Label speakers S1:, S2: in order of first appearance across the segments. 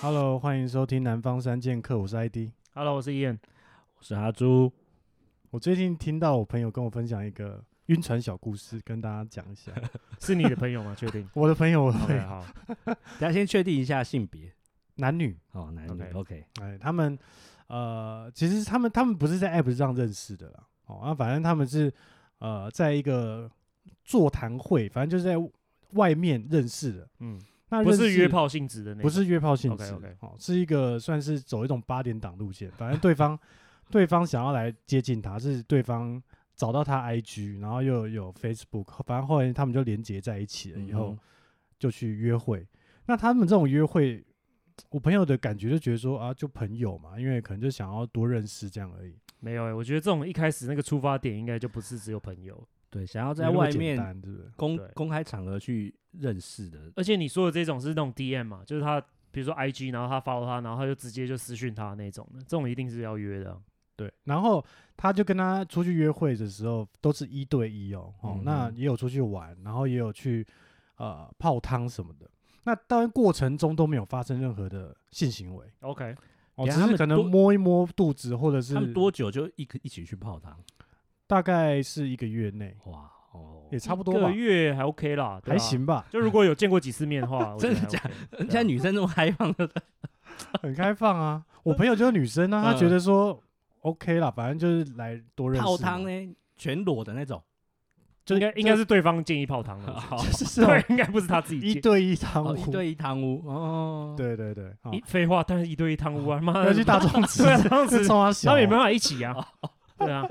S1: Hello，欢迎收听《南方三剑客》，我是 ID。
S2: Hello，我是 Ian，我是阿朱。
S1: 我最近听到我朋友跟我分享一个晕船小故事，跟大家讲一 下。
S2: 是你的 朋友吗？确定
S1: 我的朋友
S2: ？OK，
S1: 对
S2: 好，
S3: 大家先确定一下性别
S1: 男女，
S3: 哦，男女
S2: OK
S3: OK，
S1: 哎，他们呃，其实他们他们不是在 App 上认识的啦，哦，啊，反正他们是呃，在一个座谈会，反正就是在外面认识的。
S2: 嗯，
S1: 那
S2: 不
S1: 认
S2: 是
S1: 识
S2: 约，炮性质的那，
S1: 不，是约炮性质
S2: OK，OK
S1: 哦，是一个算是走一种八点档路线，反正对方对方想要来接近他，是对方找到他 IG，然后又有 Facebook，反正后来他们就连接在一起了，以后、
S3: 嗯
S1: 就去约会。那他们这种约会，我朋友的感觉就觉得说啊，就朋友嘛，因为可能就想要多认识这样而已，
S2: 没有哎、我觉得这种一开始那个出发点应该就不是只有朋友，
S3: 对，想要
S1: 没
S3: 在
S1: 那么
S3: 外
S1: 简
S3: 面
S1: 单对不对？
S3: 公
S2: 对
S3: 公开场合去认识的，
S2: 而且你说的这种是那种 DM 嘛，就是他比如说 IG，然后他 follow 他，然后他就直接就私讯他那种的，这种一定是要约的啊、
S1: 对，然后他就跟他出去约会的时候，都是一对一哦，哦，
S3: 嗯
S1: 那也有出去玩，然后也有去呃泡汤什么的。那当然过程中都没有发生任何的性行为，
S2: OK，
S1: 哦，
S3: 等
S1: 只
S3: 一下他
S1: 是
S3: 们
S1: 可能
S3: 多
S1: 摸一摸肚子，或者是
S3: 他们多久就一一起去泡汤？
S1: 大概是一个月内，
S3: 哇哦，
S1: 也差不
S2: 一
S1: 多吧
S2: 个，月还 OK 啦，对啊
S1: 还。行吧，
S2: 就如果有见过几次面的 话，我觉得
S3: 真的假
S2: 还 OK
S1: 啊
S3: 人家女生这么开放的，
S1: 很开放啊。我朋友就是女生 啊，她觉得说 OK 啦，反正就是来多认识
S3: 嗯
S1: 啊
S3: 泡
S1: 嘛，
S3: 汤呢，全裸的那种，
S1: 就
S2: 应该应该是对方建议泡汤的，
S3: 好
S1: 就是这种
S2: 对，应该不是他自己
S1: 一
S2: 建。
S1: 对一汤
S3: 哦
S1: 屋，
S3: 一对一汤屋哦，，
S1: 对对对，好
S2: 一废话，但是一对一贪污啊，妈 的
S1: 哦要去大众吃
S2: 对，啊，当时
S1: 是冲他小啊，
S2: 他
S1: 哦
S2: 们也没办法一起啊，对啊，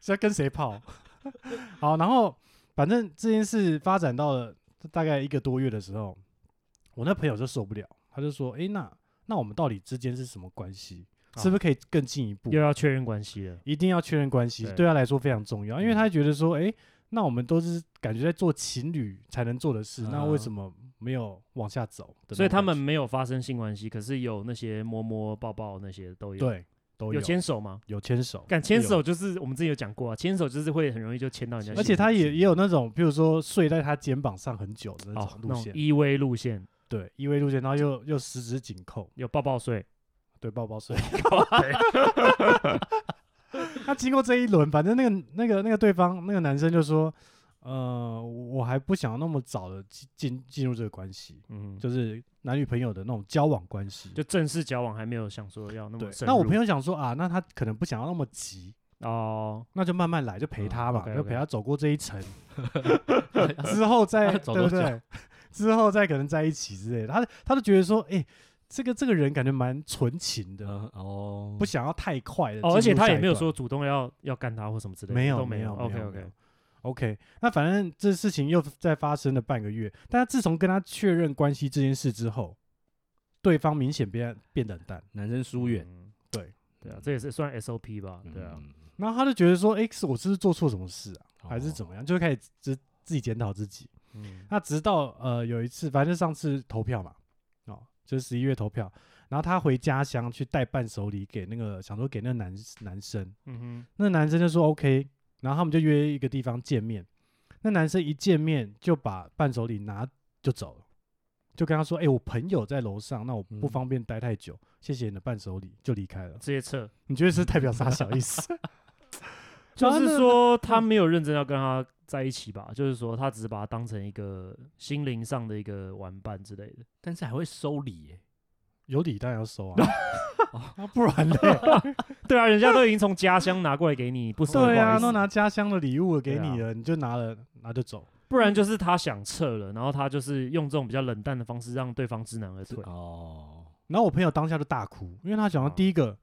S1: 是要跟谁泡？ 好，然后反正这件事发展到了大概一个多月的时候，我那朋友就受不了，他就说：“诶，那那我们到底之间是什么关系？
S2: 啊
S1: 是不是可以更进一步？
S2: 又要确认关系了。
S1: 一定要确认关系，
S2: 对
S1: 对他来说非常重要，因为他觉得说：诶，那我们都是感觉在做情侣才能做的事，那为
S3: 啊
S1: 什么没有往下走的那种感觉？
S2: 所以他们没有发生性关系，可是有那些摸摸抱抱那些都有。，
S1: 对都有
S2: 有牵手吗？
S1: 有牵手，
S2: 敢牵手就是我们之前有讲过啊，牵手就是会很容易就牵到人家心里。
S1: 而且他也也有那种，比如说睡在他肩膀上很久的那
S2: 哦
S1: 种
S2: 那
S1: 路
S2: 种
S1: 线，
S2: 依偎路线，
S1: 对，依偎路线，然后又又十指紧扣，
S2: 有抱抱睡，
S1: 对，抱抱睡。 他经过这一轮，反正那个那个那个对方那个男生就说，呃，我还不想那么早的进进进入这个关系，
S2: 嗯，就
S1: 就是男女朋友的那种交往关系。
S2: 就正式交往还没有想说要那
S1: 对
S2: 么，深入。
S1: 那我朋友想说啊，那他可能不想要那么急，
S2: 哦，
S1: 那就慢慢来，就陪他嘛，
S2: 嗯，OK，OK
S1: 就陪他走过这一层，
S2: 呃
S1: 之后再
S3: 要走
S1: 对
S3: 多
S1: 不
S3: 久
S1: 对？ 之后再可能在一起之类的。他他就觉得说，哎、这个这个人感觉蛮纯情的，
S3: 嗯哦，
S1: 不想要太快的、
S2: 哦，而且他也没有说主动要要干他或什么之类的，
S1: 没有
S2: 都没
S1: 有。
S2: OK OK，。
S1: OK，那反正这事情又再发生了半个月，但他自从跟他确认关系这件事之后，对方明显变变冷淡，
S3: 男生疏远，
S2: 嗯
S1: 对
S2: 对啊，这也是算 SOP 吧，
S3: 嗯
S2: 对啊，，
S1: 然后他就觉得说，哎、是我是不是做错什么事啊，还是
S3: 哦
S1: 怎么样，就会开始自自己检讨自己。
S2: 嗯，
S1: 那直到呃有一次，反正上次投票嘛，哦，就是十一月投票，然后他回家乡去带伴手礼给那个想说给那个男男生，
S2: 嗯哼，
S1: 那男生就说 OK，然后他们就约一个地方见面。那男生一见面就把伴手礼拿就走了，就跟他说：“哎、我朋友在楼上，那我不
S3: 嗯
S1: 方便待太久，谢谢你的伴手礼。”就离开 了。
S2: 直接撤。
S1: 你觉得是代表啥小意 思？
S2: 就
S1: 然后
S2: 是
S1: 啊那嗯
S2: 说他没有认真要跟他在一起吧，就是说他只是把他当成一个心灵上的一个玩伴之类的。
S3: 但是还会收礼耶，
S1: 有礼当然要收 啊，哦那不然 呢？
S2: 对啊，人家都已经从家乡拿过来给你，不是
S1: 对啊，
S2: 不好
S1: 都
S2: 意思
S1: 拿家乡的礼物给你
S2: 对啊
S1: 了，你就拿了拿就走。
S2: 不然就是他想撤了，然后他就是用这种比较冷淡的方式让对方知难而
S1: 啊
S2: 退。
S3: 哦，
S1: 然后我朋友当下就大哭，因为他想到
S2: 哦
S1: 第一个，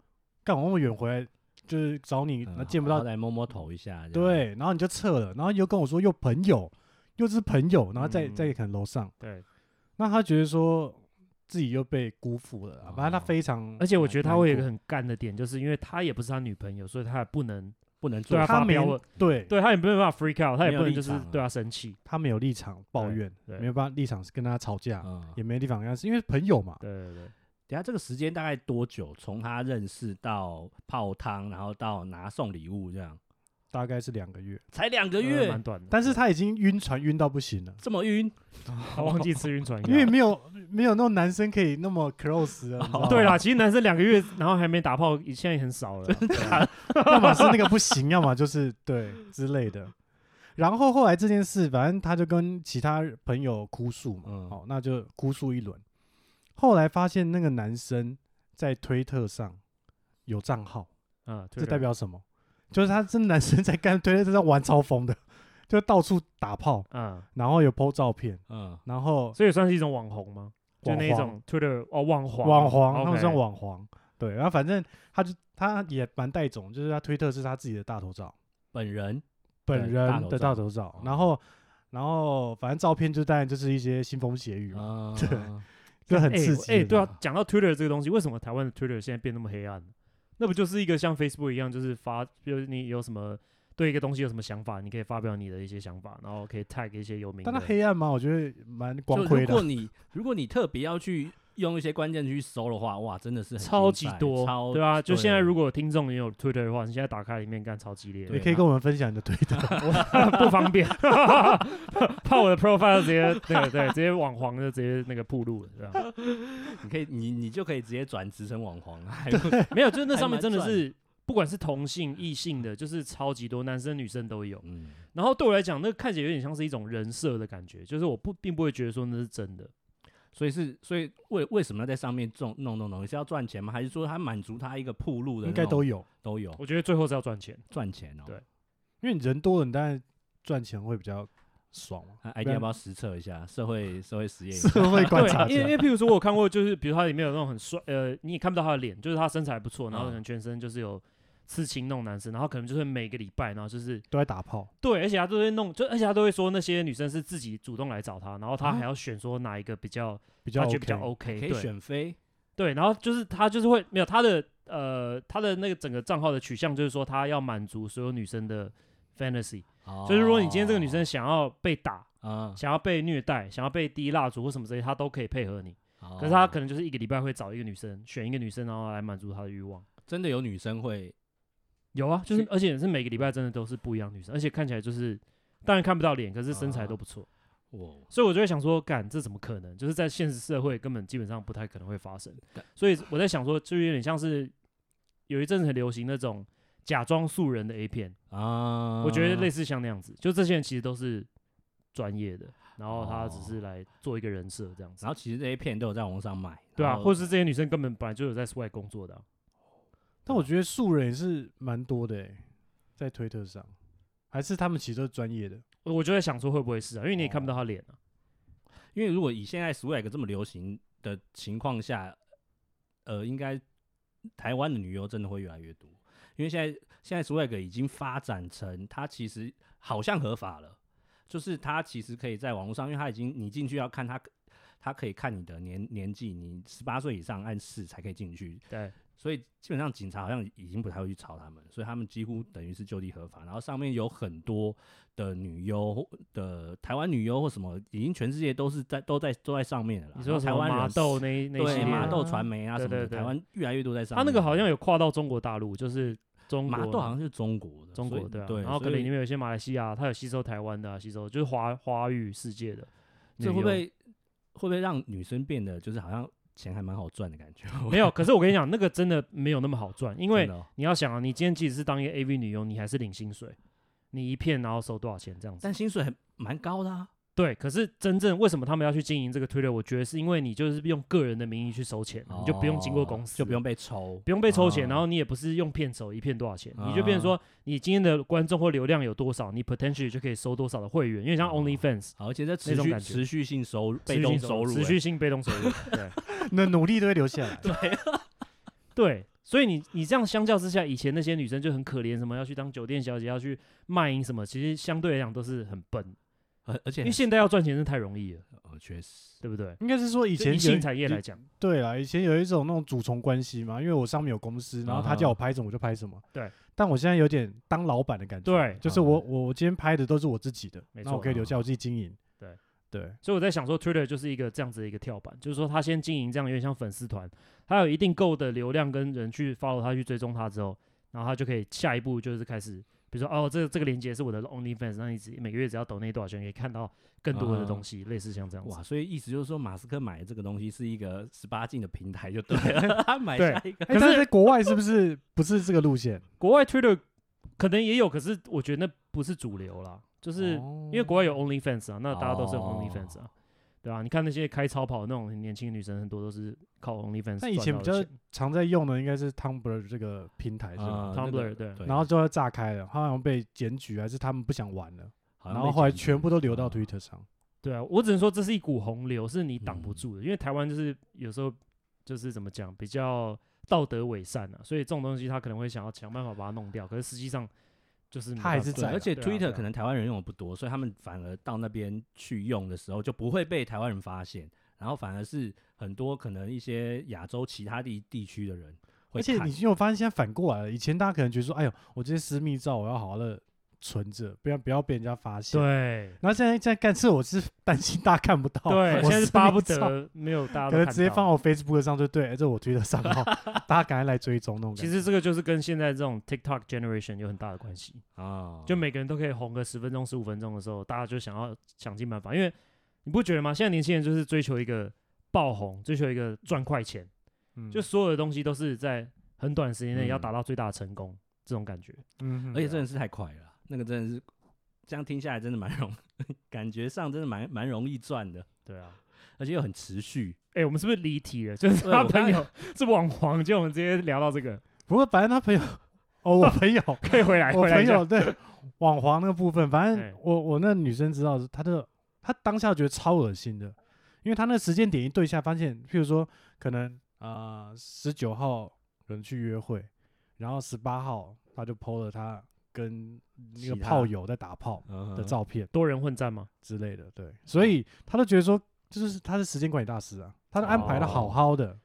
S1: 干我那么远回来就是找你，那
S3: 嗯
S1: 见不到
S3: 好歹摸摸头一下，这样，
S1: 对，然后你就撤了，然后你又跟我说又朋友，又是朋友，然后再
S2: 嗯
S1: 再可能楼上，
S2: 对，
S1: 那他觉得说自己又被辜负了啊，反正他
S3: 哦
S1: 非常，
S2: 而且我觉得他
S1: 难
S2: 会有一个
S1: 过
S2: 很干的点，就是因为他也不是他女朋友，所以他也不能，
S3: 不能做
S2: 对啊
S1: 他
S2: 发
S1: 没
S2: 飙了
S1: 对
S2: 对他也没有办法 freak out，他也
S3: 没有
S2: 不能
S3: 立
S2: 就是
S3: 场啊
S2: 对他生气。
S1: 他没有立场抱
S2: 对
S1: 怨，
S2: 对
S1: 没有办法立场跟他吵架，
S3: 嗯
S1: 也没立场跟他，因为朋友嘛，
S2: 对对对，
S3: 等一下这个时间大概多久？从他认识到泡汤，然后到拿送礼物这样，
S1: 大概是两个月，
S3: 才两个
S2: 呃
S3: 月，
S2: 蛮短的。
S1: 但是他已经晕船晕到不行了，
S3: 这么晕，
S2: 他忘 记吃晕船药，
S1: 因为没有没有那种男生可以那么 close 的，你知道吗
S2: 哦对啦，，其实男生两个月然后还没打炮，现在也很少了。 啊
S1: 要么是那个不行，要么就是对之类的。然后后来这件事，反正他就跟其他朋友哭诉嘛，
S3: 嗯
S1: 哦，那就哭诉一轮。后来发现那个男生在推特上有账号，
S2: 嗯，
S1: 这代表什么？就是他这男生在干推特上玩超疯的，就到处打炮，
S2: 嗯，
S1: 然后有 PO 照片，
S3: 嗯，
S1: 然后
S2: 所以算是一种网红吗？就
S1: 网
S2: 那一
S1: 黄
S2: 种 Twitter 哦，网黄，
S1: 网黄，他们
S2: OK
S1: 算网黄，对，然后反正他就他也蛮带种，就是他推特是他自己的大头照。
S3: 本人
S1: 本
S3: 对大
S1: 人
S3: 头
S1: 的
S3: 照
S1: 大头照
S3: 哦，
S2: 嗯
S1: 然后然后反正照片就当然就是一些腥风血
S2: 嗯
S1: 雨嘛，
S3: 啊，
S1: 对就很
S2: 哎
S1: 刺
S2: 我
S1: 激。
S2: 哎、对啊，，讲到 Twitter 这个东西，为什么台湾的 Twitter 现在变那么黑暗？那不就是一个像 Facebook 一样，就是发，就是你有什么对一个东西有什么想法，你可以发表你的一些想法，然后可以 tag 一些有名的。
S1: 但它黑暗嘛，我觉得蛮光
S3: 就
S1: 辉
S3: 如果
S1: 的。
S3: 你如果你特别要去用一些关键字去搜的话，哇，真的是很
S2: 超级
S3: 精彩
S2: 多，
S3: 超
S2: 对啊，就现在
S3: 对
S2: 如果听众也有 Twitter 的话，你现在打开里面干超激烈 的，
S1: 你可以跟我们分享你的推特，
S2: 我不方便， 怕我的 profile 直接对对，直接网黄就直接那个铺路了，对啊吧？
S3: 你可以你你就可以直接转职成 网红，还不
S2: 没有，就是那上面
S3: 还蛮
S2: 真的
S3: 赚
S2: 是不管是同性、异性的，就是超级多，男生女生都有。
S3: 嗯，
S2: 然后对我来讲，那看起来有点像是一种人设的感觉，就是我不并不会觉得说那是真的。
S3: 所以是所以为为什么要在上面种弄弄弄？是要赚钱吗？还是说他满足他一个铺路的
S1: 应
S3: 那
S2: 哦
S3: 种？
S1: 该都有，
S3: 都有
S2: 我觉得最后是要赚钱，
S3: 赚钱哦。
S2: 对
S1: 因为你人多了，你当然赚钱会比较爽嘛。
S3: 那
S1: 不
S3: ID
S1: 然
S3: 要不
S2: 啊
S3: 要实测一下社会社 会实验一下？
S1: 社会观察
S2: 对，因为因
S1: 家，
S2: 为譬如说我有看过，就是比如他里面有那种很帅，呃，你也看不到他的脸，就是他身材不错，然后可能全身就是有刺青那种男生，然后可能就是每个礼拜，然后就是
S1: 都在打炮，
S2: 对，而且他都会弄，就而且他都会说那些女生是自己主动来找他，然后他还要选说哪一个比较
S1: 比较
S2: 他啊觉得比较
S1: OK。
S2: OK，
S3: 可以
S2: 对
S3: 选妃，
S2: 对，然后就是他就是会没有他的呃他的那个整个账号的取向就是说他要满足所有女生的 fantasy，、
S3: 所
S2: 所以如果你今天这个女生想要被打、
S3: 啊，
S2: 想要被虐待、想要被滴蜡烛或什么之类，他都可以配合你。
S3: 可
S2: 可是他可能就是一个礼拜会找一个女生，选一个女生，然后来满足他的欲望。
S3: 真的有女生会
S2: 有啊，就是而且是每个礼拜真的都是不一样的女生，而且看起来就是当然看不到脸，可是身材都不错，
S3: 我
S2: 所以我就会想说，干这怎么可能？就是在现实社会根本基本上不太可能会发生
S3: 干。
S2: 所以我在想说，就有点像是有一阵子很流行那种假装素人的 A 片，
S3: 啊，
S2: 我觉得类似像那样子，就这些人其实都是专业的，然后他只是来做一个人设这样子
S3: 哦然。后其实这些片都有在网上买，
S2: 对啊，
S3: 然后
S2: 或是这些女生根本本来就有在 SWAT 工作的啊、
S1: 但我觉得素人也是蛮多的欸，在推特上，还是他们其实都是专业的。
S2: 我我就在想说会不会是啊，因为你也看不到他脸啊。
S3: 因为如果以现在 swag 这么流行的情况下，呃，应该台湾的女优真的会越来越多，因为现在现在 swag 已经发展成它其实好像合法了，就是它其实可以在网络上，因为它已经你进去要看它，它可以看你的年年纪，你十八岁以上按四才可以进去，
S2: 对，
S3: 所以基本上警察好像已经不太会去查他们，所以他们几乎等于是就地合法。然后上面有很多的女优或的台湾女优或什么，已经全世界都是在都在都在上面的啦。
S2: 你
S3: 然
S2: 说
S3: 后
S2: 什
S3: 哦台
S2: 么
S3: 湾
S2: 麻
S3: 人
S2: 豆那一那一系
S3: 对
S2: 列
S3: 麻
S2: 的
S3: 豆传媒啊什
S2: 对
S3: 么的，
S2: 对对
S3: 台湾越来越多在上
S2: 他那
S3: 面。
S2: 个好像有跨到中国大陆，就是中国
S3: 麻豆好像是中国的，
S2: 中
S3: 所以
S2: 国对啊，
S3: 对，
S2: 然后可能
S3: 所以
S2: 里面有一些马来西亚，它有吸收台湾的、啊，吸收就是华华语世界的女
S3: 这
S2: 优。
S3: 会不会会不会让女生变得就是好像钱还蛮好赚的感觉？
S2: 没有？可是我跟你讲，那个真的没有那么好赚，因
S3: 真
S2: 为
S3: 的哦
S2: 你要想啊，你今天即使是当一个 AV 女优，你还是领薪水，你一片然后收多少钱这样子？
S3: 但薪水很蛮高的啊。
S2: 对，可是真正为什么他们要去经营这个 Twitter？我觉得是因为你就是用个人的名义去收钱，你就不用经过公司，
S3: 哦就不用被抽，
S2: 不用被抽钱，
S3: 啊
S2: 然后你也不是用骗手一片多少钱，
S3: 啊
S2: 你就变成说你今天的观众或流量有多少，你 potentially 就可以收多少的会员，因为像
S3: 哦
S2: OnlyFans
S3: 好，而且这持
S2: 那种
S3: 续
S2: 感觉
S3: 持续性收入，
S2: 持
S3: 被
S2: 续
S3: 动
S2: 性
S3: 收入、
S2: 持
S3: 欸
S2: 续 性被动收入，对
S1: 那努力都会留下来，
S3: 啊
S2: 对，所以你你这样相较之下，以前那些女生就很可怜，什么要去当酒店小姐，要去卖淫什么，其实相对来讲都是很笨，
S3: 而而且
S2: 因为现在要赚钱是太容易了，
S3: 呃，确实，
S2: 对不对？
S1: 应该是说以
S2: 以
S1: 前
S2: 以
S1: 有
S2: 性
S1: 一
S2: 产业
S1: 就
S2: 来讲，
S1: 对啦，以前有一种那种主从关系嘛，因为我上面有公司，然后
S3: 啊哈
S1: 他叫我拍什么我就拍什么。
S2: 对。
S1: 但我现在有点当老板的感觉，
S2: 对啊
S1: 就是我我我今天拍的都是我自己的，
S2: 没
S1: 那我
S2: 错啊
S1: 可以留下我自己经营。
S2: 对
S1: 对，
S2: 所以我在想说，Twitter 就是一个这样子的一个跳板，就是说他先经营这样有点像粉丝团，他有一定够的流量跟人去 follow 他去追踪他之后，然后他就可以下一步就是开始比如说哦，这个这个链接是我的 OnlyFans，那你只每个月只要抖那多少钱，可以看到更多
S3: 啊
S2: 的东西，类似像这样子。
S3: 哇，所以意思就是说，马斯克买这个东西是一个十八禁的平台就对了， 他买
S2: 对
S3: 下一个
S1: 哎，但是在国外是不是不是这个路线？
S2: 国外 Twitter 可能也有，可是我觉得那不是主流啦，就是
S1: 哦
S2: 因为国外有 OnlyFans 啊，那大家都是有
S3: 哦
S2: OnlyFans 啊，对啊，你看那些开超跑那种年轻的女生，很多都是靠 OnlyFans 赚到
S1: 但
S2: 的钱。
S1: 以前比较常在用的应该是 Tumblr 这个平台是吧？
S3: 啊
S2: Tumblr，
S3: 那个
S2: 对
S1: 然后就要炸开了，他好像被检举还是他们不想玩了，
S3: 好像
S1: 然后
S3: 被
S1: 后来
S3: 检举
S1: 全部都流
S3: 啊
S2: 嗯
S1: 到 Twitter 上。
S2: 对啊，我只能说这是一股洪流，是你挡不
S3: 嗯
S2: 住的。因为台湾就是有时候就是怎么讲，比较道德伪善啊，所以这种东西他可能会想要想办法把它弄掉，可是实际上就是没
S1: 它还
S2: 办
S1: 是
S2: 法
S1: 在
S3: 对，
S1: 啊
S3: 而且
S2: 对啊对
S3: Twitter
S2: 啊
S3: 可能台湾人用的不多，所以他们反而到那边去用的时候就不会被台湾人发现，然后反而是很多可能一些亚洲其他地地区的人会
S1: 而且
S3: 看
S1: 你有发现现在反过来了，以前大家可能觉得说，哎呦，我这些私密照我要好好的存着，不要不要被人家发现。。
S2: 对
S1: 然后现在现在干这，我是担心大家看不到。
S2: 对，
S1: 哦我
S2: 现在
S1: 私
S2: 是巴
S1: 密
S2: 不
S1: 照
S2: 得没有大家
S1: 可
S2: 都
S1: 能
S2: 看
S1: 直接
S2: 到
S1: 放我 Facebook 上就对，哎这我推的账号， 大家赶快来追踪那种感
S2: 其
S1: 觉。
S2: 实这个就是跟现在这种 TikTok generation 有很大的关系，
S3: 啊，
S2: 就每个人都可以红个十分钟、十五分钟的时候，大家就想要想尽办法，因为你不觉得吗？现在年轻人就是追求一个爆红，追求一个赚快钱，
S1: 嗯
S2: 就所有的东西都是在很短时间内要
S3: 嗯
S2: 达到最大的成功，这种感觉。
S1: 嗯哼，
S3: 而且真的是太快了啦，啊那个真的是这样听下来真的蛮容，感觉上真的蛮蛮容易赚的，
S2: 对啊，
S3: 而且又很持续。
S2: 哎、我们是不是离题了？就是
S3: 对
S2: 他
S3: 我
S2: 朋
S3: 刚
S2: 友是网黄，就我们直接聊到这个，
S1: 不过反正他朋友， 哦，我朋友，
S2: 可以回来，
S1: 我
S2: 回来
S1: 朋
S2: 一下
S1: 友对网黄那个部分，反
S2: 哎
S1: 正我我那女生知道是，她就她当下觉得超恶心的，因为她那时间点一对下，发现譬如说可能啊十九号有人去约会，然后十八号她就 PO 了她跟那个
S3: 其他
S1: 炮友在打炮
S3: 嗯
S1: 的照片
S2: 多人混战吗？
S1: 之类的，对，
S2: 嗯
S1: 所以她都觉得说，就是她是时间管理大师啊，她都安排的好
S3: 哦
S1: 好的，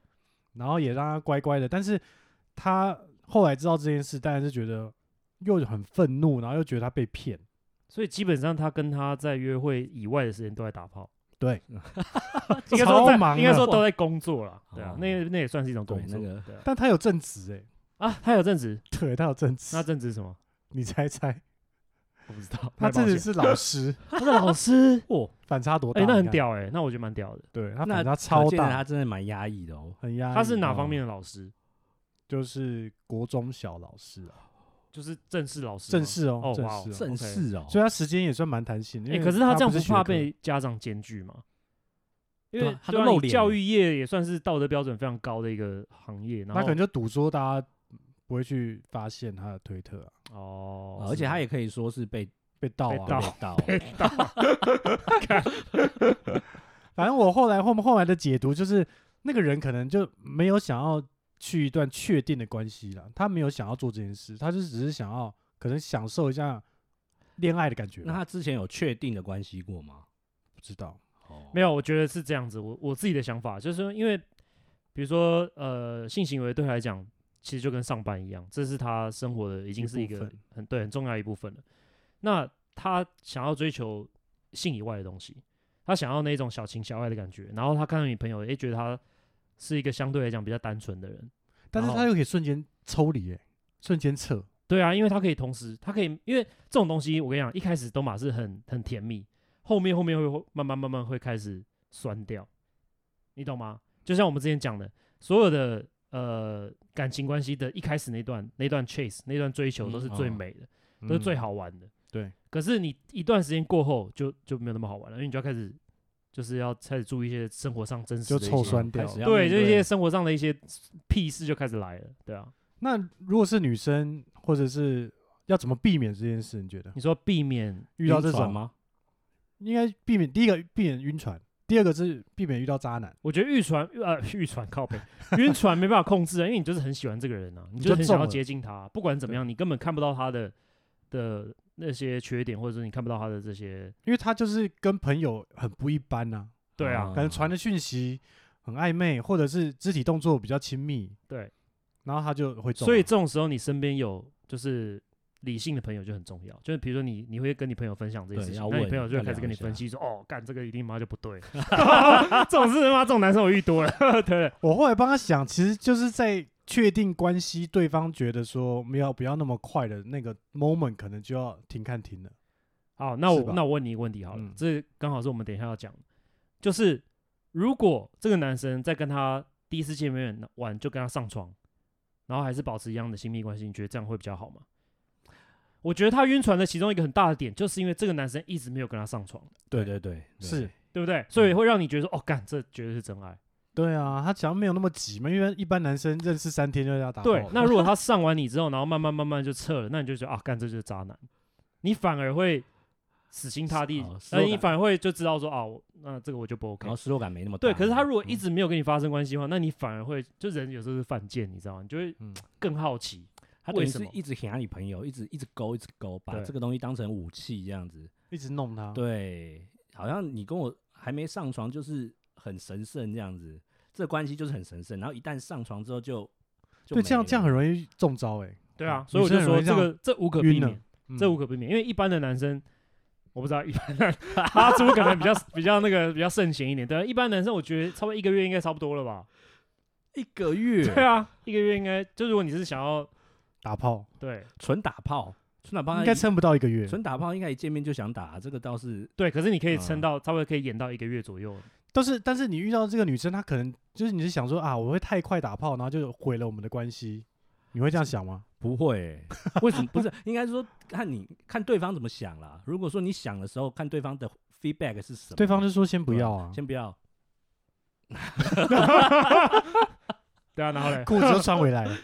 S1: 然后也让她乖乖的，但是她后来知道这件事，当然是觉得。又很愤怒，然后又觉得她被骗，
S2: 所以基本上他跟他在约会以外的时间都在打炮，
S1: 对，
S2: 应该说在
S1: 超忙啊的
S2: 应该说都在工作了，对啊
S3: 哦，
S2: 那那也算是一种工
S3: 对
S2: 作。
S3: 那个
S2: 对啊
S1: 但他有正职哎、
S2: 啊，他有正职，
S1: 对他有正职
S2: 那，正职是什么？
S1: 你猜猜，
S2: 我不知道。
S1: 他
S2: 卖保
S1: 正职
S2: 险
S1: 是老 师，
S2: 他是老师，
S3: 哦，
S1: 反差多大？
S2: 哎，
S1: 你
S2: 那
S1: 啊
S2: 很
S1: 看，
S2: 屌哎，那我觉得蛮屌的。
S1: 对他
S3: 那
S1: 反差
S3: 可
S1: 超
S3: 见得他
S1: 大，
S3: 真的蛮压抑的哦。
S1: 很压抑。
S2: 他是哪方
S1: 哦？
S2: 面的老师？
S1: 就是国中小老师啊，
S2: 就是正式老师吗，
S1: 正式哦
S2: 哦，
S1: 正
S2: 哇哦
S1: 式哦，
S3: 正式哦，
S1: 所以他时间也算蛮弹性的。
S2: 哎、
S1: 因为
S2: 可是他这样
S1: 不是学
S2: 怕
S1: 科
S2: 被家长检举吗？因
S3: 对
S2: 为
S3: 啊他
S2: 对
S3: 都
S2: 啊
S3: 露
S2: 你
S3: 脸
S2: 教
S3: 了
S2: 育业也算是道德标准非常高的一个行业，然
S1: 他
S2: 后
S1: 可能就赌说大家不会去发现他的推特啊，
S2: 哦，
S3: 而且他
S2: 也
S3: 也可以说是被
S1: 被盗
S2: 被盗
S1: 啊。
S3: 被盗，
S1: 反正我后来后后来的解读就是，那个人可能就没有想要去一段确定的关系了，他没有想要做这件事，他就只是想要可能享受一下恋爱的感觉吧。
S3: 那他之前有确定的关系过吗？
S1: 不知道，
S3: 哦
S2: 没有，我觉得是这样子。我我自己的想法就是说，因为比如说呃，性行为对他来讲，其实就跟上班一样，这是他生活的已经
S1: 一
S2: 是一
S1: 部
S2: 个
S1: 分
S2: 很对很重要一部分了。那他想要追求性以外的东西，他想要那种小情小爱的感觉，然后他看到你朋友，诶，觉得他是一个相对来讲比较单纯的人。
S1: 但是
S2: 然
S1: 他
S2: 后
S1: 又可以瞬间抽离，哎，瞬间撤，
S2: 对啊，因为它可以同时，它可以，因为这种东西，我跟你讲，一开始都马是很很甜蜜，后面后面会会慢慢慢慢会开始酸掉，你懂吗？就像我们之前讲的，所有的呃感情关系的一开始那段那段 chase 那段追求
S3: 嗯
S2: 都是最
S3: 哦
S2: 美的，
S1: 嗯
S2: 都是最好玩的。
S1: 对，
S2: 可是你一段时间过后就就没有那么好玩了，因为你就要开始就是要开始注意一些生活上真实
S1: 就
S2: 的一
S1: 臭
S2: 些
S1: 酸掉
S3: 开始
S1: 了。
S3: 要
S2: 对，
S3: 面
S2: 就一些生活上的一些屁事就开始来了，对啊。
S1: 那如果是女生，或者是要怎么避免这件事？你觉得
S2: 你说避免
S1: 遇到
S3: 晕
S1: 这
S3: 船
S1: 种，
S3: 吗？
S1: 应该避免第一个避免晕船，第二个是避免遇到渣男，
S2: 我觉得晕船，呃， 晕船靠背，晕船没办法控制啊，因为你就是很喜欢这个人啊，你
S1: 你
S2: 就
S1: 就
S2: 很想
S1: 中
S2: 要
S1: 了
S2: 接近他啊、不管怎么样，你根本看不到他的的那些缺点，或者是你看不到他的这些，
S1: 因为他就是跟朋友很不一般呐、
S2: 对啊，
S3: 哦
S1: 可能传的讯息很暧昧，或者是肢体动作比较亲密，
S2: 对，
S1: 然后他就会中啊。
S2: 所以这种时候你身边有就是理性的朋友就很重要，就是比如说你你会跟你朋友分享这些
S3: 对
S2: 事
S3: 要
S2: 情，那你
S3: 问
S2: 朋友就会
S3: 要
S2: 开始
S3: 聊
S2: 跟
S3: 一
S2: 你分
S3: 下
S2: 析说，哦，干这个一定妈就不 对， 这种事他妈这种男生我遇多了，对不对？
S1: 我后来帮他想，其实就是在确定关系，对方觉得说没有不要那么快的那个 moment，可能就要停看停了。
S2: 好，那
S1: 是吧
S2: 我那我问你一个问题好了，
S1: 嗯
S2: 这刚好是我们等一下要讲的，就是如果这个男生在跟他第一次见面完就跟他上床，然后还是保持一样的亲密关系，你觉得这样会比较好吗？我觉得他晕船的其中一个很大的点，就是因为这个男生一直没有跟他上床，
S3: 对对对，对
S1: 是，
S2: 对不对？所
S1: 嗯
S2: 以会让你觉得说，哦，干，这绝对是真爱。
S1: 对啊，他想要没有那么急嘛，因为一般男生认识三天就要打炮
S2: 对
S1: 了，
S2: 那如果他上完你之后，然后慢慢慢慢就撤了，那你就觉得啊，干这就是渣男，你反而会死心塌地
S1: 啊
S3: 哦，失
S2: 那
S3: 落
S2: 你
S3: 感
S2: 反而会就知道说啊，我那这个我就不 OK
S3: 然后。失落感没那么大。
S1: 啊
S2: 对，可是他如果一
S3: 嗯
S2: 直没有跟你发生关系的话，那你反而会就人有时候是犯贱，你知道吗？你就会
S1: 嗯
S2: 更好奇。
S3: 他等于
S2: 为什
S3: 是
S2: 么
S3: 一直吓你朋友，一直一直勾，一直勾，把
S2: 对
S3: 这个东西当成武器这样子。
S1: 一直弄他，
S3: 对，好像你跟我还没上床就是很神圣这样子，这关系就是很神圣。然后一旦上床之后就就
S1: 对，这样
S3: 没
S1: 这样
S3: 了
S1: 很容易中招哎、
S2: 对
S1: 嗯，
S2: 啊所以我就
S1: 女生很
S2: 说
S1: 容易
S2: 这
S1: 这
S2: 个这无可避
S1: 晕了
S2: 免，这
S1: 嗯
S2: 无可避免，因为一般的男生。我不知道一般的阿朱可 能比较比较那个比较慎闲一点，对啊，一般男生我觉得差不多一个月应该差不多了吧？
S3: 一个月，
S2: 对啊，一个月应该就如果你是想要
S1: 打炮
S2: 对
S3: 纯打炮，纯打炮
S1: 应
S3: 一
S1: 该撑不到一个月。
S3: 纯打炮应该一见面就想打，这个倒是
S2: 对，可是你可以撑
S3: 嗯
S2: 到差不多可以演到一个月左右，
S1: 但是但是你遇到这个女生，她可能就是你是想说啊，我会太快打炮，然后就毁了我们的关系，你会这样想吗？
S3: 不会欸、为什么不是？应该是说看你看对方怎么想啦。如果说你想的时候，看对方的 feedback 是什么，
S1: 对方就说先不
S3: 对啊
S1: 要啊，，
S3: 先不要，
S2: 对啊，然后嘞
S1: 裤子都穿回来 了。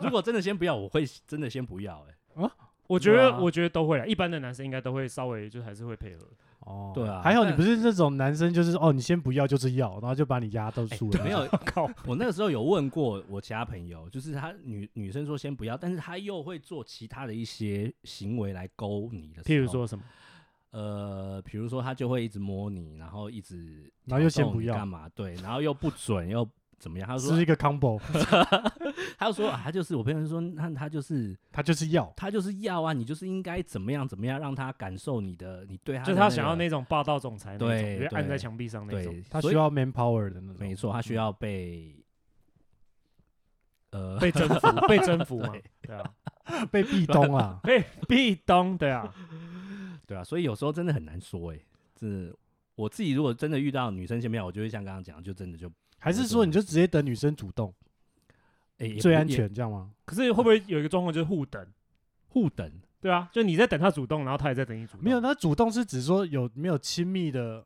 S3: 如果真的先不要，我会真的先不要、欸，
S2: 我觉
S3: 对
S2: 得
S3: 啊
S2: 我觉得都会啦，一般的男生应该都会稍微就还是会配合，
S1: 哦，
S3: 对啊
S1: 还好你
S3: 但
S1: 不是那种男生，就是哦，你先不要就是要，然后就把你压到输了。
S3: 哎没有，
S2: 靠，
S3: 我那个时候有问过我其他朋友，就是他女女生说先不要，但是他又会做其他的一些行为来勾你的时候，
S2: 譬如说什么，
S3: 呃，比如说他就会一直摸你，然后一直
S1: 然后又先
S3: 挑逗
S1: 不
S3: 你
S1: 要
S3: 干嘛，对，然后又不准又怎么样？他
S1: 是
S3: 说
S1: 一个 combo，
S3: 他就说啊，他就是我朋友就说，那他就是
S1: 他就是要。
S3: 他就是要啊，你就是应该怎么样怎么样，让他感受你的，你对他
S2: 就
S3: 的
S2: 他
S3: 那
S2: 想要
S3: 个
S2: 那种霸道总裁那种，
S3: 对
S2: 就按在
S3: 对
S2: 墙壁上那种，
S3: 对，
S1: 他
S3: 所
S1: 需
S3: 以
S1: 要 man power 的那种，
S3: 没错，他需
S1: 嗯
S3: 要被呃
S2: 被征服，被征服嘛
S3: 对，
S2: 对啊，。
S1: 被壁咚啊
S2: 被壁咚，对啊，
S3: 对啊，所以有时候真的很难说哎、欸，这我自己如果真的遇到女生先不要，我就会像刚刚讲，就真的就
S1: 还是说你就直接等女生主动，
S3: 哎、也
S1: 最
S3: 不
S1: 安
S3: 也
S1: 全这样吗？
S2: 可是会不会有一个状况就是互等？
S3: 互等，
S2: 对啊，就你在等他主动，然后他也在等你主动。
S1: 没有，那主动是指说有没有亲密的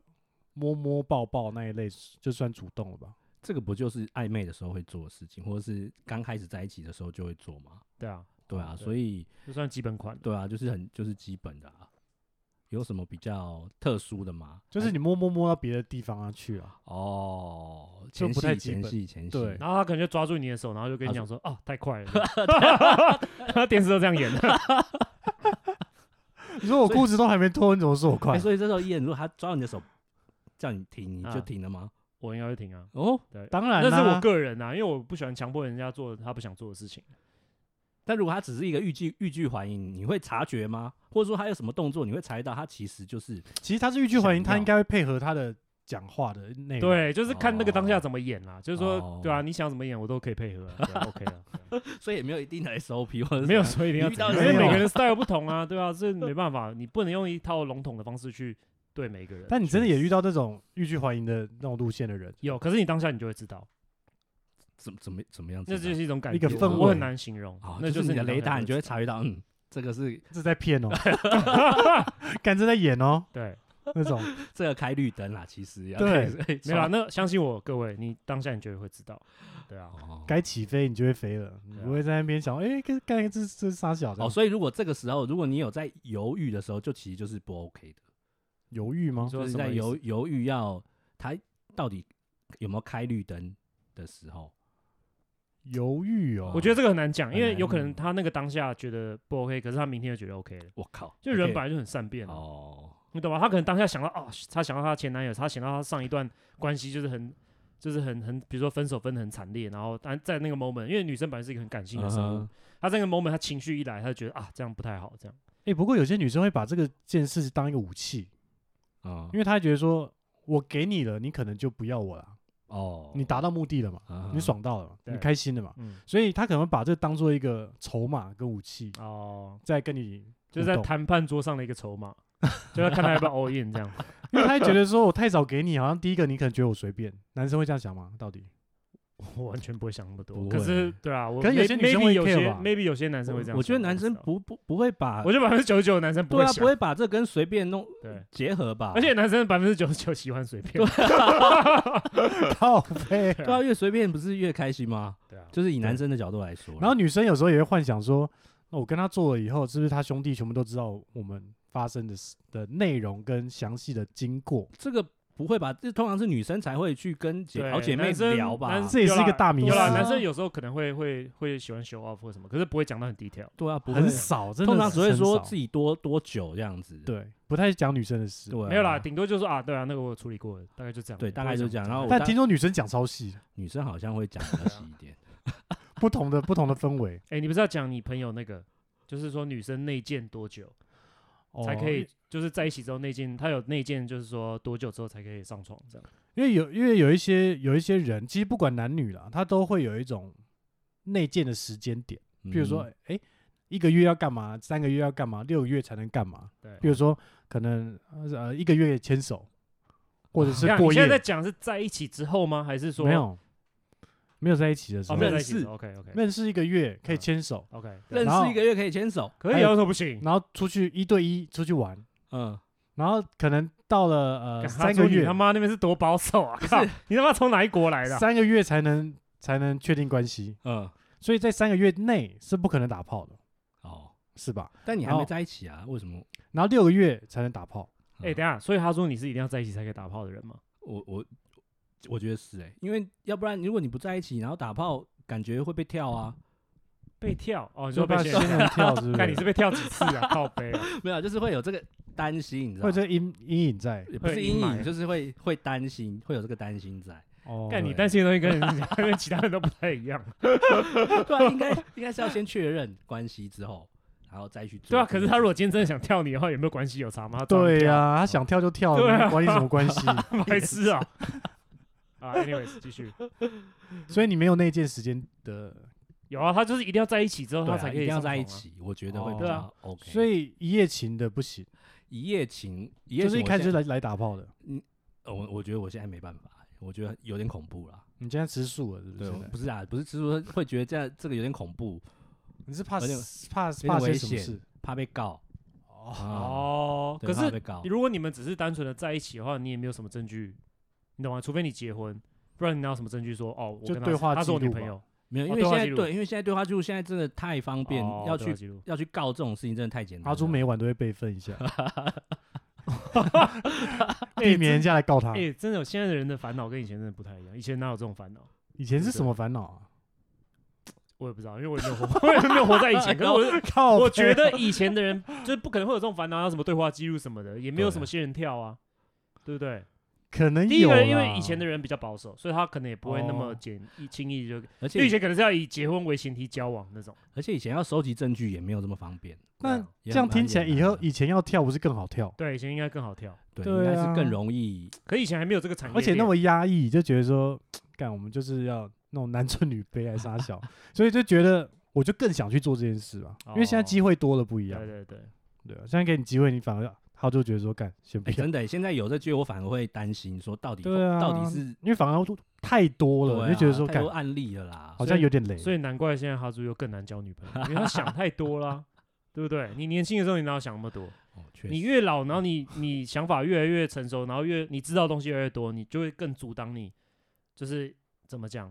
S1: 摸摸抱抱那一类，就算主动了吧？
S3: 这个不就是暧昧的时候会做的事情，或者是刚开始在一起的时候就会做吗？
S2: 对啊，
S3: 对啊，
S2: 对
S3: 所以
S2: 就算基本款。
S3: 对啊，就是很就是基本的啊。有什么比较特殊的吗？哎
S1: 就是
S2: 哎
S3: 还
S1: 你摸摸摸到别的地方啊去 啊，
S3: 哦，
S1: 就
S3: 前
S1: 不太
S3: 戏
S1: 基
S3: 前
S1: 本
S3: 戏前戏，
S1: 对
S2: 然后他可能就抓住你的手，然后就跟你
S3: 他
S2: 讲说：“哦，太快 了。” 他电视都这样演的。
S1: 你说我
S3: 所以
S1: 裤子都还没脱，你怎么说我快
S3: 哎，？所以这时候演，如果他抓你的手叫你停，你
S2: 啊
S3: 就停了吗？
S2: 我应该会停 啊，
S3: 哦，
S1: 当然
S2: 那
S1: 啦，
S2: 是我个人啊，因为我不喜欢强迫人家做他不想做的事情。
S3: 但如果他只是一个欲拒欲拒还迎，你会察觉吗？或者说他有什么动作，你会察觉到他其实就是
S1: 其实他是欲拒还迎，
S3: 想
S1: 他
S3: 要
S1: 应该会配合他的讲话的内容。，
S2: 对，就是看那个当下
S3: 哦
S2: 怎么演啦，就是说
S3: 哦，
S2: 对啊，你想怎么演我都可以配合啊对啊，OK 啊，对啊
S3: 所以也没有一定的 SOP 或者是
S2: 没有
S3: 什么
S2: 说一定要
S3: 遇到
S2: 怎么样因
S1: 没
S2: 为
S1: 有
S2: 每个 人 style 不同啊，对啊，这没办法，你不能用一套笼统的方式去对每个人。
S1: 但你真的也遇到这种欲拒还迎的那种路线的人，
S2: 有，可是你当下你就会知道，
S3: 怎么怎么怎么样子
S2: 那
S3: 的，
S2: 就是一种感觉，
S1: 一个氛
S2: 我
S1: 围
S2: 很难形容
S3: 哦，，
S2: 那
S3: 就是
S2: 是
S3: 你的雷达，你就会
S2: 查。
S3: 察觉到，嗯，这个是
S1: 这在骗 哦，干这在演哦，
S2: 对，
S1: 那种
S3: 这个开绿灯啦，其实要
S1: 对
S3: 对
S2: 没有啦，那相信我，各位，你当下你绝对会知道，对啊，
S3: 哦
S1: 该起飞你就会飞了，你
S2: 对啊
S1: 不会在那边想，哎，干干这这傻小
S3: 哦，
S1: 子，
S3: 所以如果这个时候，如果你有在犹豫的时候，就其实就是不 OK 的，
S1: 犹豫吗
S2: 你？说
S3: 就是
S2: 哦什么
S3: 在
S2: 意思
S3: 犹犹豫要他到底有没有开绿灯的时候，
S1: 犹豫哦，
S2: 我觉得这个很难讲，因为
S3: 很难嗯
S2: 有可能他那个当下觉得不 OK，可是他明天就觉得 OK 了。
S3: 我靠，
S2: 就人
S3: OK
S2: 本来就很善变啊
S3: 哦，
S2: 你懂吗？他可能当下想到哦，他想到他前男友，他想到他上一段关系就是很，就是很很，比如说分手分的很惨烈，然后但在那个 moment，因为女生本来是一个很感性的生物，
S3: 嗯哼
S2: 她在那个 moment 她情绪一来，她就觉得啊这样不太好，这样
S1: 哎，不过有些女生会把这个件事当一个武器，
S3: 嗯
S1: 因为她觉得说我给你了，你可能就不要我了，
S3: 哦，
S1: 你达到目的了嘛，
S3: 啊
S1: 你爽到了嘛，你
S2: 对
S1: 开心了嘛，
S2: 嗯，
S1: 所以他可能会把这当做一个筹码跟武器，
S2: 哦，
S1: 在跟你互
S2: 就是在
S1: 动
S2: 谈判桌上的一个筹 码，就要看他要不要 all in 这样。
S1: 因为他会觉得说我太早给你，好像第一个你可能觉得我随便，男生会这样想吗？到 底？
S2: 我完全不会想那么多
S3: 不，
S2: 可
S3: 会
S2: 是对啊，我
S1: 可是有
S2: may-
S1: 些女生
S2: maybe
S1: 会
S2: 有
S1: care
S2: 些
S1: 吧
S2: maybe 有些男生会这样想，
S3: 我觉得男
S2: 不
S3: 生
S2: 知道，
S3: 不不不会把
S2: 我，觉得百分之九十九的男生不
S3: 对
S2: 会
S3: 啊，
S2: 想，
S3: 不会把这跟随便弄
S2: 对，
S3: 结合吧？
S2: 而且男生百分之九十九喜欢随便，
S3: 啊
S1: 靠背。
S3: 对啊，越随便不是越开心吗？
S2: 对啊，
S3: 就是以男
S1: 对
S3: 生的角度来说啦，
S1: 然后女生有时候也会幻想说，那我跟他做了以后，是不是他兄弟全部都知道我们发生的事的内容跟详细的经过？
S3: 这个不会吧？这通常是女生才会去跟姐
S2: 对
S3: 好姐妹
S2: 男生
S3: 聊吧？
S2: 男
S1: 这也
S2: 有
S1: 是一
S2: 啦
S1: 个大迷
S2: 有啦，
S3: 思
S2: 男
S3: 啊
S2: 生有时候可能会会会喜欢 show off 或什么，可是不会讲到很 detail。
S3: 对啊，不会
S1: 很，少，真的
S3: 通常只会
S1: 很
S3: 说
S1: 少
S3: 自己多多久这样子。
S1: 对，不太讲女生的事。
S3: 对啊，
S2: 没有啦，顶多就说啊，对啊，那个我有处理过了，大概就这样。
S3: 对
S2: 不
S3: 大
S2: 会
S3: 概就
S2: 讲太
S3: 这样然后
S2: 多
S3: 我
S1: 但
S3: 当
S1: 听说女生讲超细的，
S3: 女生好像会讲得细一点。
S1: 不同的不同的氛围
S2: 哎，你不是要讲你朋友那个，就是说女生内建多久 才可以
S1: 哦，
S2: 就是在一起之后内建，他有内建，就是说多久之后才可以上床这样。
S1: 因为有因为有一些有一些人，其实不管男女啦，他都会有一种内建的时间点，比如说
S3: 嗯，
S1: 哎、一个月要干嘛，三个月要干嘛，六个月才能干嘛。
S2: 对，
S1: 比如说，可能呃一个月牵手，或者是
S2: 这样
S1: 过
S2: 哦你
S1: 夜。
S2: 现在在讲是在一起之后吗？还是说
S1: 没？有没有在一起的时
S2: 哦，
S1: 候，
S2: 没有在
S3: 认
S2: 一起
S3: 识
S2: ？OK OK
S1: 认识一个月可以
S2: 嗯
S1: 牵手，
S2: OK，
S3: 认
S1: 然后
S3: 识一个月可以牵手，
S2: 可以
S1: 还
S2: 啊，
S1: 有
S2: 为什么不行？
S1: 然后出去一对一出去玩，
S3: 嗯，
S1: 然后可能到了呃
S2: 干
S1: 三
S2: 他
S1: 个
S2: 说你
S1: 月
S2: 他，妈那边是多保守啊！靠，你他妈从哪一国来的啊？
S1: 三个月才能才能确定关系，
S3: 嗯，
S1: 所以在三个月内是不可能打炮的，
S3: 哦，
S1: 是吧？
S3: 但你还
S1: 然
S3: 没
S1: 后
S3: 在一起啊？为什么？
S1: 然后六个月才能打炮，
S2: 哎、等一下，所以他说你是一定要在一起才可以打炮的人吗？
S3: 我我我觉得是哎，因为要不然如果你不在一起，然后打炮，感觉会被跳啊。
S2: 被跳哦，你
S1: 就
S2: 说被
S1: 把
S2: 先
S1: 仙，人跳是 不
S2: 看你是
S1: 是？
S2: 被跳几次啊？靠背 啊，
S3: 没有，就是会有这个担心，你知道
S1: 或
S3: 吗？
S1: 者阴阴影在
S3: 也不是
S2: 会
S3: 阴
S2: 阴霾
S3: 影，就是会会担心，会有这个担 心在。
S1: 哦，
S2: 看你
S3: 对
S2: 担心的东西跟人家跟其他人都不太一 样，
S3: 对、啊，应该应该是要先确认关系之后，然后再去做。
S2: 对啊。可是他如果今天真的想跳你的话，有没有关系？有差吗？他照样
S1: 对
S2: 跳
S1: 呀、，他想跳就跳，
S2: 哦对啊
S1: 管你什么 关系？
S2: 白痴 啊！啊，anyways，继续。
S1: 所以你没有那件时间的
S2: 有啊，他就是一定要在一起之后，
S3: 对啊
S2: 他才可
S3: 一
S2: 以
S3: 定要
S2: 上床啊
S3: 在一。起，我觉得会比
S2: 哦
S3: 较 OK。
S1: 所以一夜情的不行，
S3: 一夜情，一夜
S1: 就
S3: 情
S1: 是一
S3: 我
S1: 开始
S3: 现
S1: 就
S3: 在
S1: 来来打炮的。
S3: 呃我我觉得我现在没办法，欸我觉得有点恐怖啦。
S1: 你今天吃素了是不
S3: 对，
S1: 是
S3: 我？不是啊，不是吃素会觉得这样这个有点恐怖，
S1: 你是怕
S3: 有点
S1: 死怕
S3: 点
S1: 怕些
S3: 危
S1: 什么
S3: 险
S1: 事？
S3: 怕被告。
S1: 哦，
S3: 啊，
S2: 哦，
S3: 对
S2: 可
S3: 怕
S2: 是
S3: 被告，
S2: 如果你们只是单纯的在一起的话，你也没有什么证据，你懂吗？除非你结婚，不然你拿什么证据说哦，我
S1: 就
S2: 跟他
S1: 对
S2: 是
S1: 话
S2: 他是我
S1: 记
S2: 女
S1: 录
S2: 朋
S1: 吧
S2: 友，
S3: 没有，因
S2: 哦
S3: 为
S2: 对
S3: 现
S2: 话
S3: 在
S2: 记录
S3: 对，因为现在对话记录现在真的太方便，
S2: 哦
S3: 要
S2: 对话
S3: 去
S2: 记录。
S3: 要去告这种事情真的太简单
S1: 阿
S3: 了。
S1: 朱每晚都会备份 一下，
S2: 哎
S1: 避免人家来告他
S2: 哎、。真的，现在的人的烦恼跟以前真的不太一样。以前哪有这种烦恼？
S1: 以前是什么烦恼 啊？
S2: 我也不知道，因为我也没有活，我 也没有活在以前。可 是
S1: 哦
S2: 我是
S1: 靠
S2: 我
S1: 我
S2: 觉得以前的人就是不可能会有这种烦恼，要什么对话记录什么的，也没有
S3: 对
S2: 什么仙人跳啊，对不对？
S1: 可能
S2: 第一
S1: 有
S2: 个，
S1: 啦，
S2: 因为以前的人比较保守，所以他可能也不会那么
S1: 哦
S2: 简易轻易就，
S3: 而
S2: 因为以
S3: 且
S2: 前可能是要以结婚为前提交往那种。
S3: 而且以前要收集证据也没有这么方便，
S1: 那
S2: 啊
S3: 也
S1: 这样
S3: 蛮
S1: 听起来，
S3: 简
S1: 以
S3: 单
S1: 后
S3: 的
S1: 以前要跳不是更好跳？
S2: 对，以前应该更好跳，
S3: 对
S1: 对
S3: 应该是更
S1: 啊
S3: 容易
S2: 可以前还没有这个产业
S1: 而且那
S2: 链
S1: 么压抑，就觉得说，干我们就是要那种男尊女卑还傻小， 所以就觉得我就更想去做这件事吧，因为现在
S2: 哦
S1: 机会多了不一样
S2: 对，对对，
S1: 对啊，现在给你机会，你反而他就觉得说，干先不
S3: 哎、
S1: 要，
S3: 真的欸，现在有这句，我反而会担心，说到底会、
S1: 对啊，
S3: 到底是
S1: 因为反而都太多了，
S3: 对
S1: 你就觉得
S3: 啊
S1: 说，
S3: 太
S1: 感
S3: 多案例了啦
S1: 好。
S2: 所
S1: 像
S2: 以
S1: 有点累。
S2: 所以难怪现在哈猪又更难交女朋友，因为他想太 多啦，对不对？你年轻的时候你哪有想那么多？
S3: 哦，确
S2: 你
S3: 实，
S2: 越老，然后你 你想法越来越成熟，然后越你知道的东西越来越多，你就会更阻挡你，就是怎么讲，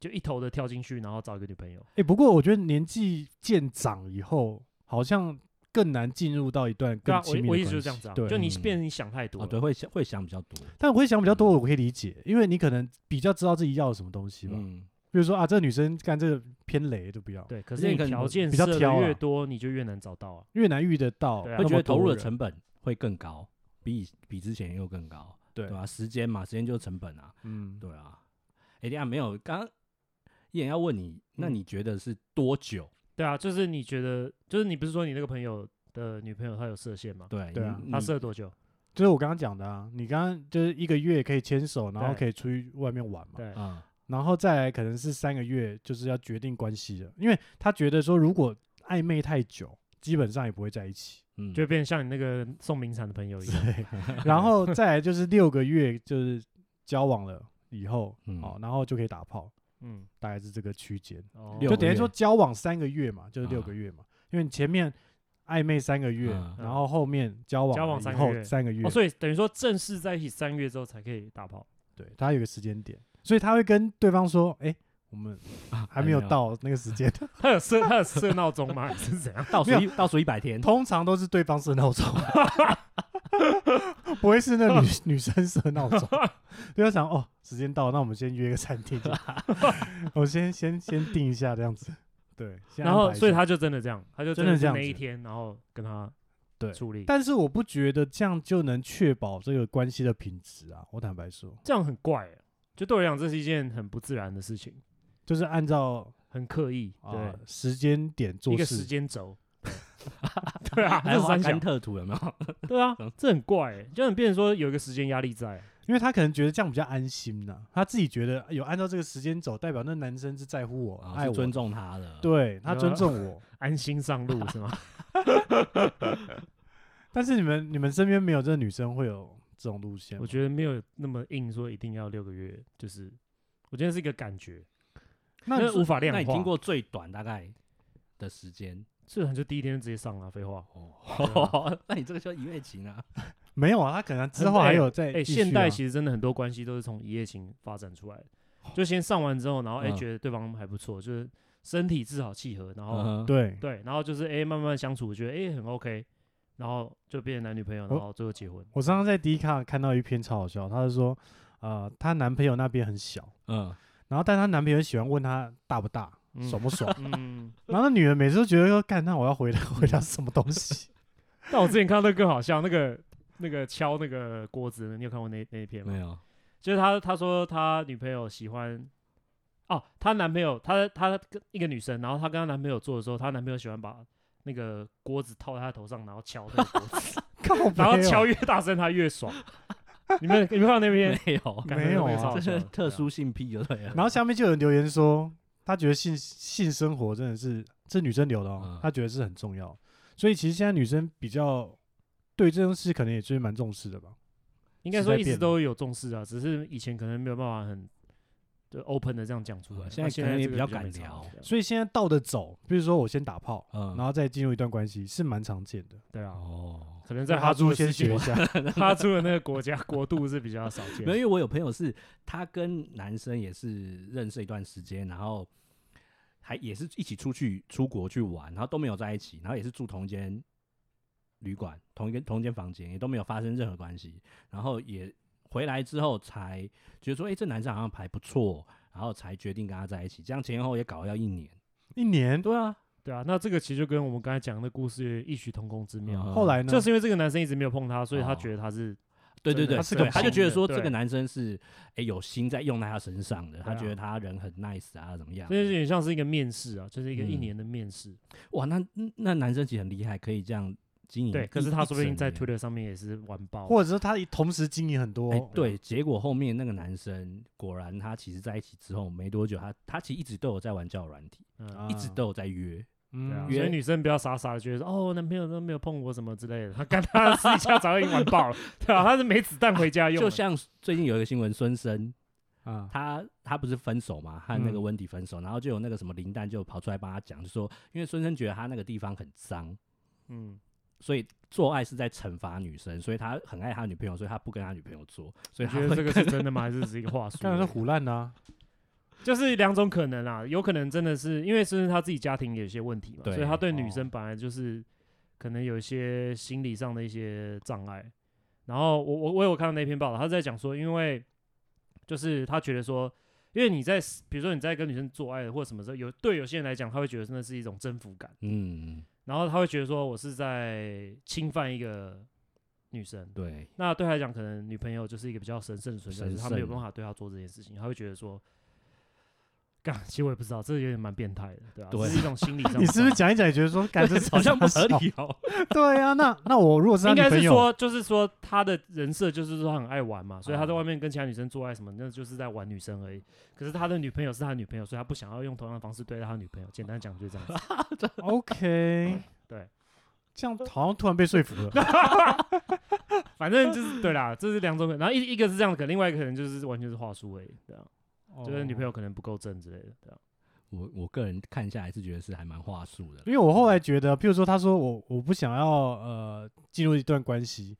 S2: 就一头的跳进去，然后找一个女朋友。
S1: 哎、不过我觉得年纪渐长以后，好像更难进入到一段
S2: 对
S1: 更
S2: 啊，
S1: 亲密
S2: 我
S1: 的
S2: 我意
S1: 关系。
S2: 思就是这样子啊，
S1: 对，
S2: 就你
S3: 嗯
S2: 变成你想太多
S3: 哦，
S2: 了。
S3: 对，会想会想比较多，
S1: 但我会想比较多，我可以理解，因为你可能比较知道自己要什么东西吧。
S3: 嗯，
S1: 比如说啊，这女生干这个偏雷都不要，
S2: 对可
S3: 而且
S2: 是你
S3: 可能
S2: 条件
S1: 比较
S2: 设的
S1: 挑啊
S2: 越多，你就越难找到啊。
S1: 越难遇得到，
S2: 对啊
S1: 那
S3: 会
S1: 么
S3: 觉得投入
S1: 多
S3: 的
S1: 人
S3: 成本会更高，比以比之前又更高，
S1: 对
S3: 对吧、时间嘛，时间就是成本啊，
S1: 嗯，
S3: 对啊。哎、等一下没有，刚刚一眼要问你，那
S2: 嗯
S3: 你觉得是多久？
S2: 对啊，就是你觉得，就是你不是说你那个朋友的女朋友她有设限吗？
S3: 对，
S1: 对啊
S3: 你
S2: 她
S3: 你
S2: 设多久？
S1: 就是我刚刚讲的啊，你刚刚就是一个月可以牵手，然后
S2: 对
S1: 可以出去外面玩嘛，
S2: 对，
S3: 啊，
S1: 然后再来可能是三个月，就是要决定关系了，因为他觉得说如果暧昧太久，基本上也不会在一起。
S3: 嗯，
S2: 就会变成像你那个送名产的朋友一样，
S1: 然后再来就是六个月就是交往了以后，
S3: 嗯
S1: 哦，然后就可以打炮，
S2: 嗯，
S1: 大概是这个区间，
S2: 哦
S3: 六
S1: 就
S3: 个
S1: 等于说
S3: 月
S1: 交往三个月嘛，就是六
S3: 啊
S2: 嗯
S1: 个月嘛，因为你前面暧昧三个月，
S3: 啊
S1: 然后后面交往
S2: 交往
S1: 了
S2: 三
S1: 以
S2: 个
S1: 后
S2: 月
S1: 三个月，
S2: 哦，所以等于说正式在一起三个月之后才可以打炮，
S1: 对，他有个时间点，所以他会跟对方说，哎，我们
S3: 啊
S1: 还没有
S3: 到。
S1: 到那个时 间，
S2: 他有设他有设闹钟吗？还是 怎样？
S3: 倒数
S1: 没
S3: 一倒数一百天，
S1: 通常都是 对方设闹 钟，不会是那女女生设闹 钟。对方想哦，时间到了，那我们先约个餐厅， 我先先先定一下这样子。对，先
S2: 然
S1: 安
S2: 后
S1: 排一
S2: 所以
S1: 下，
S2: 他就真的这样，他就
S1: 真
S2: 的
S1: 的
S2: 是
S1: 这样
S2: 那一
S1: 子
S2: 天，然后跟他
S1: 对
S2: 处理，
S1: 但是我不觉得这样就能确保这个关系的品质啊。我坦白说，
S2: 这样很怪欸，就对我来讲这是一件很不自然的事情，
S1: 就是按照
S2: 很刻意，
S1: 啊、
S2: 对，
S1: 时间点做
S2: 一个时
S1: 事，
S2: 间轴，对啊，
S3: 还
S2: 这
S3: 有
S2: 是
S3: 画
S2: 三小
S3: 甘，特图有没有？
S2: 对啊，这很怪欸，就很变成说有一个时间压力在，
S1: 因为他可能觉得这样比较安心呐、他自己觉得有按照这个时间走，代表那男生是在乎我、
S3: 啊
S1: 爱
S3: 是
S1: 我，
S3: 尊重他的，，
S2: 啊
S1: 对他尊重 我。
S2: 安心上路 是吗？
S1: 但是你们你们身边没有这个女生会有这种路线吗？
S2: 我觉得没有那么硬说一定要六个月，就是我觉得是一个感觉，
S1: 那
S2: 因
S1: 你
S2: 为
S1: 说
S2: 无法量
S3: 那
S2: 化。
S3: 你听过最短大概的时间？
S2: 最狠就第一天就直接上啊了，废话。
S3: 哦，那你这个叫一夜情啊？
S1: 没有啊，他可能之后还有在、
S2: 哎、现
S1: 啊
S2: 代其实真的很多关系都是从一夜情发展出来的，就先上完之后，然后哎、
S3: 嗯
S2: 觉得对方还不错，就是身体至少契合，然后、
S3: 嗯哼，
S1: 对，
S2: 对，然后就是哎、慢慢相处，觉得哎、很 OK，然后就变成男女朋友，
S1: 我
S2: 然后最后结 婚。
S1: 我常常在迪卡看到一篇超好笑，她是说，呃，她男朋友那边很小，
S3: 嗯，
S1: 然后但她男朋友喜欢问她大不大，
S2: 嗯
S1: 爽不爽，
S2: 嗯，
S1: 然后那女人每次都觉得说，干，那我要回答 回答什么东西？
S2: 但我之前看到那个更好笑，那个那个敲那个锅子的，你有看过那那一篇吗？
S3: 没有，
S2: 嗯就是他他说他女朋友喜欢，哦，他男朋友他他跟一个女生，然后她跟她男朋友做的时候，她男朋友喜欢把那个锅子套在她头上，然后敲那个锅子，
S1: 靠 北哦，
S2: 然后敲越大声她越爽。 你们你们看到那 边
S3: 没有，
S1: 没有啊
S2: 感觉那
S3: 这是特殊，
S2: 边超好笑的对啊
S3: 性癖就对了。
S1: 然后下面就有人留言说，她觉得性性生活真的是这女生留的、哦
S3: 嗯，
S1: 她觉得是很重要，所以其实现在女生比较对这种事可能也就是蛮重视的吧。
S2: 应该说
S1: 时
S2: 一
S1: 代变了
S2: 直都有重视啊，只是以前可能没有办法很就 open 的这样讲出来，
S3: 啊现
S2: 那
S3: 在
S2: 现
S3: 可能也
S2: 这个
S3: 比较
S2: 就没
S3: 敢
S2: 差
S3: 聊
S2: 对啊
S1: 所以现在倒着走，比如说我先打炮，
S3: 嗯，
S1: 然后再进入一段关系，是蛮常见的。
S2: 对啊，
S3: 哦，
S2: 可能在
S1: 哈
S2: 哈
S1: 猪
S2: 猪
S1: 先学一
S2: 学，
S1: 下，
S2: 哈猪的那个国家国度是比较少见
S3: 没有，
S2: 的，
S3: 因为我有朋友是他跟男生也是认识一段时间，然后还也是一起出去出国去玩，然后都没有在一起，然后也是住同一间旅馆、同一个同一间房间，也都没有发生任何关系，然后也回来之后才觉得说，哎、这男生好像还不错，然后才决定跟他在一起，这样前后也搞了要一年。
S1: 一年。
S3: 对啊，
S2: 对啊，那这个其实就跟我们刚才讲的故事异曲同工之妙。啊
S3: 嗯
S1: 后来呢？
S2: 就是因为这个男生一直没有碰她，所以她
S3: 哦
S2: 觉得她是
S3: 对
S2: 真的
S3: 对对，
S1: 他是个
S3: 对他就
S2: 朋
S3: 觉得
S2: 友
S3: 说
S2: 对
S3: 这个男生是哎、有心在用在他身上的，
S2: 对
S3: 他
S2: 啊
S3: 觉得他人很 nice 啊，怎么样的？
S2: 这有点像是一个面试啊，就是一个一
S3: 嗯
S2: 年的面试。
S3: 哇，那嗯那男生其实很厉害，可以这样经营一。
S2: 对，可是他说不定在
S3: 推。
S2: Twitter 上面也是完爆，
S1: 或者是他同时经营很多，
S3: 哎、
S2: 嗯
S3: 对，结果后面那个男生果然他其实在一起之后没多久，他他其实一直都有在玩交友软体，
S2: 嗯，
S3: 一直都有在约。
S2: 对啊
S1: 嗯，
S2: 所以
S3: 约
S2: 女生不要傻傻的觉得说哦，男朋友都没有碰我什么之类的， 他 干他私底下早就已经完爆了，对啊，他是没子弹回家用
S3: 就
S2: 了，
S3: 像最近有一个新闻，孙生
S1: 啊，
S3: 他他不是分手嘛，和那个
S1: 嗯
S3: 温迪分手，然后就有那个什么林丹就跑出来帮他讲，就说因为孙生觉得他那个地方很脏，
S2: 嗯，
S3: 所以做爱是在惩罚女生，所以他很爱他女朋友，所以他不跟他女朋友做，所
S2: 你
S3: 以他
S2: 觉得
S3: 啊会
S2: 这个是真的吗？还是只是一个话 术
S1: 当
S2: 而
S1: 然
S2: 已？
S1: 是胡烂啊，
S2: 就是两种可能啊啦，有可能真的是因为甚至他自己家庭有一些问题嘛，
S3: 对
S2: 所以他对女
S1: 哦
S2: 生本来就是可能有一些心理上的一些障碍。然后我我我有看到那篇报道，他在讲说，因为就是他觉得说，因为你在比如说你在跟女生做爱或者什么时候，有对有些人来讲，他会觉得真的是一种征服感，
S3: 嗯，
S2: 然后他会觉得说我是在侵犯一个女生，
S3: 对，
S2: 那对他来讲，可能女朋友就是一个比较神圣的存在，
S3: 神
S2: 就是他没有
S3: 圣
S2: 办法对他做这件事情，他会觉得说，干，其实我也不知道，这有点蛮变态的，对吧、
S3: 对
S2: 这是一种心理上。
S1: 你是不是？讲一讲也觉得说，感觉
S3: 好像不合理哦。
S1: 对啊，那那我如果是他
S2: 应
S1: 女
S2: 该
S1: 朋
S2: 是
S1: 友，
S2: 说，就是说他的人设就是说他很爱玩嘛，所
S1: 啊
S2: 以他在外面跟其他女生做爱什么，那就是在玩女生而已。可是他的女朋友是他女朋友，所以他不想要用同样的方式对待他女朋友。简单讲就是这样 子。
S1: OK，
S2: 对，
S1: 这样好像突然被说服了。
S2: 反正就是对啦，这是两种可能。然后一一个是这样的可能，另外一个可能就是完全是话术而已，对啊， 就是女朋
S1: 友，
S2: 友可能不够正之类的，对啊。
S3: 我我个人看下来是觉得是还蛮话术的
S1: 因，为我后来觉得，譬如说他说我我不想要呃进入一段关系，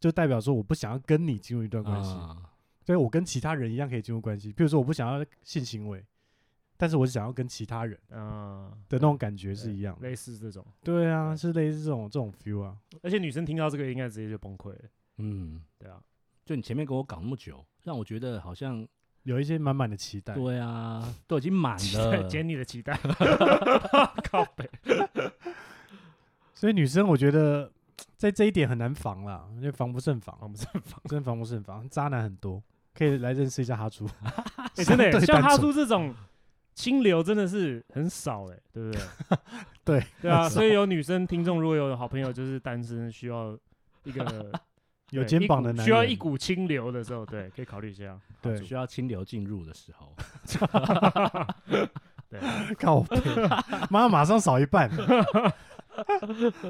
S1: 就代表说我不想要跟你进入一段关系，
S3: 啊
S1: 对我跟其他人一样可以进入关系。譬如说我不想要性行为，但是我想要跟其他人
S2: 嗯，
S1: 的那种感觉是一样的。
S2: 类似这种，
S1: 对啊，
S2: 对
S1: 是类似这种这种 feel 啊。
S2: 而且女生听到这个应该直接就崩溃了，
S3: 嗯，
S2: 对啊，
S3: 就你前面跟我搞那么久，让我觉得好像
S1: 有一些满满的期待，
S3: 对啊，都已经满
S2: 期待
S3: 了，
S2: 减你的期待，靠北，
S1: 所以女生我觉得在这一点很难防啦，因为防不胜防，
S2: 我们是
S1: 真的防不胜防，渣男很多，可以来认识一下哈 猪。
S2: 欸、真的欸、
S1: 相对
S2: 像
S1: 单
S2: 哈
S1: 纯
S2: 猪这种清流真的是很少哎、对不对？
S1: 对
S2: 对啊，所以有女生听众如果有好朋友就是单身，需要一个
S1: 有
S2: 对
S1: 肩
S2: 一
S1: 膀
S2: 股
S1: 的男人
S2: 需要一股清流的时候，对，可以考虑一下。
S1: 对
S3: 需要清流进入的时候，
S2: 对，
S1: 靠背，妈马上少一 半。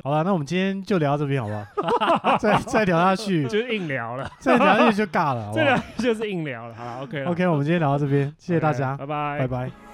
S1: 好了，那我们今天就聊到这边好不 好？再再聊下去，
S2: 就是硬聊了，
S1: 再聊下去就尬了，好
S2: 这个
S1: 不
S2: 就是硬聊了，好了，OK
S1: 好
S2: 了
S1: ？OK，我们今天聊到这边，谢谢大家，
S2: 拜拜，
S1: 拜。拜。